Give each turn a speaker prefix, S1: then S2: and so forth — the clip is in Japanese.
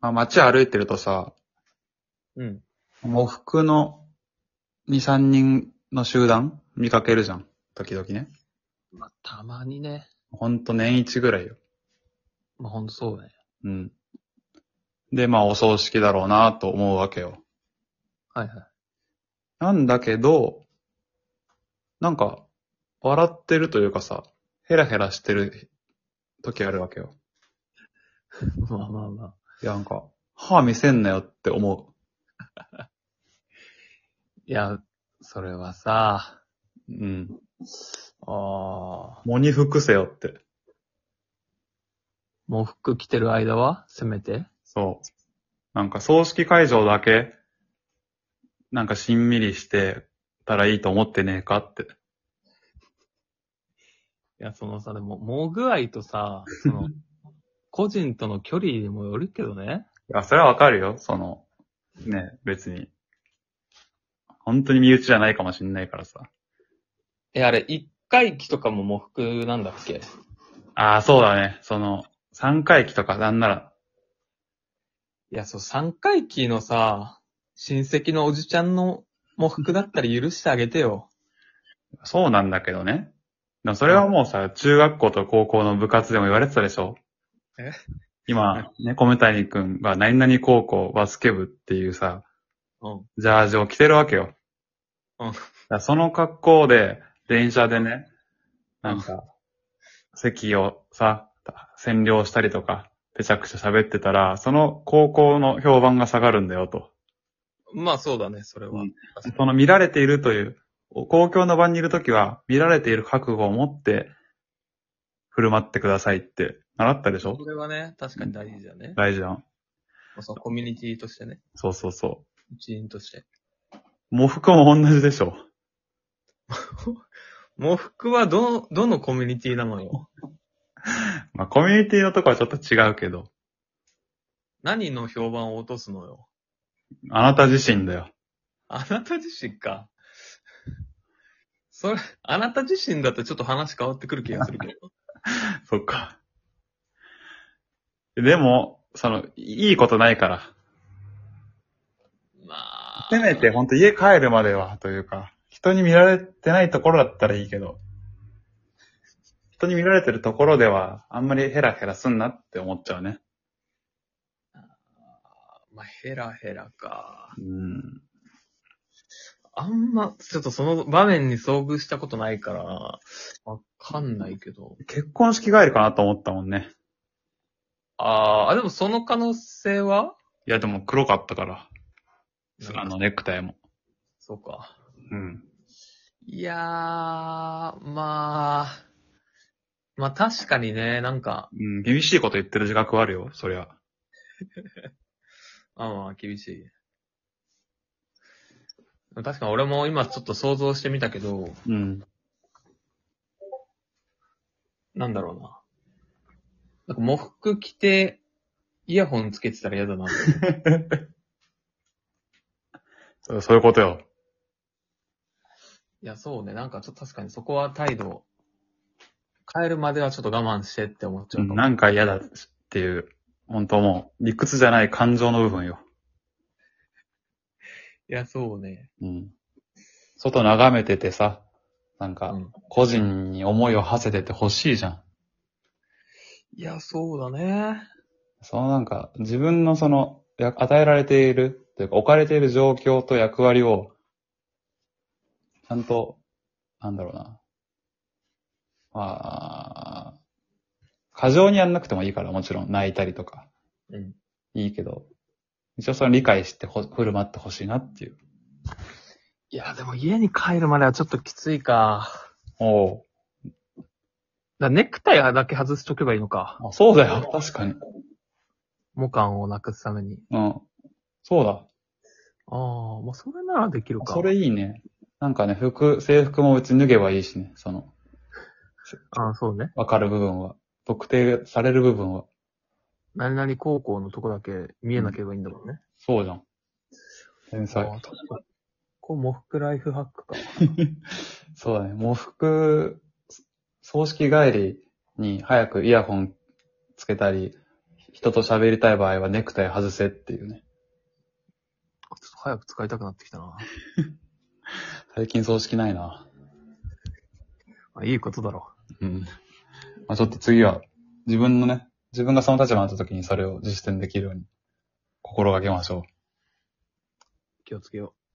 S1: まあ、街歩いてるとさ、
S2: うん。
S1: 喪服の2、3人の集団見かけるじゃん。時々ね。
S2: まあ、たまにね。
S1: ほんと年一ぐらいよ。
S2: まあ、ほんとそうね。
S1: うん。で、まあ、お葬式だろうなと思うわけよ。
S2: はいはい。
S1: なんだけど、なんか、笑ってるというかさ、ヘラヘラしてる時あるわけよ。
S2: まあまあまあ。
S1: いや、なんか、歯見せんなよって思
S2: いや、それはさ、
S1: う。うん。
S2: ああ、
S1: 喪に服せよって。
S2: 喪服着てる間は、せめて。
S1: そう。なんか葬式会場だけ、なんかしんみりしてたらいいと思ってねえかって。
S2: いや、そのさ、でも、喪具合とさ、そ の、個人との距離にもよるけどね。
S1: いや、それはわかるよ。その、ね、別に。本当に身内じゃないかもしんないからさ。
S2: え、あれ、一回忌とかも喪服なんだっけ
S1: ああ、そうだね。その、三回忌とかなんなら、
S2: いや、そう、三回忌のさ、親戚のおじちゃんの喪服だったら許してあげてよ。
S1: そうなんだけどね。でもそれはもうさ、中学校と高校の部活でも言われてたでしょ
S2: え
S1: 今、ね、米谷くんが何々高校バスケ部っていうさ、
S2: うん。
S1: ジャージを着てるわけよ。
S2: う
S1: だ
S2: ん
S1: からその格好で、電車でね、なんか、席をさ、占領したりとか、ぺちゃくちゃ喋ってたら、その高校の評判が下がるんだよと。
S2: まあそうだね、それは。
S1: うんその見られているという、公共の場にいるときは、見られている覚悟を持って、振る舞ってくださいって、習ったでしょ
S2: それはね、確かに大事だよね。
S1: 大事じゃん。
S2: そう、コミュニティとしてね。
S1: そうそうそ
S2: 一員として。
S1: う。喪服も同じでしょ
S2: 喪服はどの、どのコミュニティなのよ。
S1: まあ、コミュニティのとこはちょっと違うけど、
S2: 何の評判を落とすのよ。
S1: あなた自身だよ。
S2: あなた自身か。それ、あなた自身だとちょっと話変わってくる気がするけど。
S1: そっか。でも、その、いいことないから。
S2: まあ。
S1: せめて、ほんと家帰るまでは、というか、人に見られてないところだったらいいけど、人に見られてるところでは、あんまりヘラヘラすんなって思っちゃうね。
S2: まあ、ヘラヘラか。
S1: うん。
S2: あんま、ちょっとその場面に遭遇したことないからな、わかんないけど。
S1: 結婚式帰りかなと思ったもんね。
S2: あーあ、でもその可能性はい
S1: や、でも黒かったから、あの、ネクタイも。
S2: そうか。
S1: うん。
S2: いやー、まあ、まあ確かにね、なんか、
S1: うん、厳しいこと言ってる自覚はあるよ、そりゃ。
S2: まあまあ厳しい。確かに俺も今ちょっと想像してみたけど、
S1: うん。
S2: なんだろうな。なんか喪服着て、イヤホンつけてたら嫌だな。
S1: そうそういうことよ。
S2: いや、そうね。なんかちょっと確かにそこは態度、変えるまではちょっと我慢してって思っちゃうかも。
S1: なんか嫌だっていう、本当もう、理屈じゃない感情の部分よ。
S2: いや、そうね。
S1: うん。外眺めててさ、なん
S2: う
S1: か、
S2: ん。
S1: 個人に思いを馳せてて欲しいじゃん。
S2: いや、そうだね。
S1: そのなんか、自分のその、や与えられている、というか置かれている状況と役割を、ちゃんと、なんだろうな。まあ、過剰にやんなくてもいいから、もちろん泣いたりとか、
S2: うん。
S1: いいけど、一応その理解してほ振る舞ってほしいなっていう。
S2: いや、でも家に帰るまではちょっときついか。
S1: お
S2: だからネクタイだけ外しとけばいいのか。
S1: あそうだよ、確かに。
S2: モカンをなくすために。
S1: うん。そうだ。
S2: ああ、まあそれならできるか。
S1: それいいね。なんかね、服、制服も別に脱げばいいしね、その、
S2: ああ、そうね。
S1: わかる部分は。特定される部分は。
S2: 何々高校のとこだけ見えなければいいんだもんね。
S1: そうじゃん。天
S2: ああ
S1: 才。
S2: 確かにこう、喪服ライフハックか。
S1: そうだね。喪服、葬式帰りに早くイヤホンつけたり、人と喋りたい場合はネクタイ外せっていうね。
S2: ちょっと早く使いたくなってきたな。
S1: 最近葬式ないな。
S2: まあ、いいことだろ
S1: うん。まあちょっと次は、自分のね、自分がその立場になった時にそれを実践できるように心がけましょう。
S2: う。気をつけよう。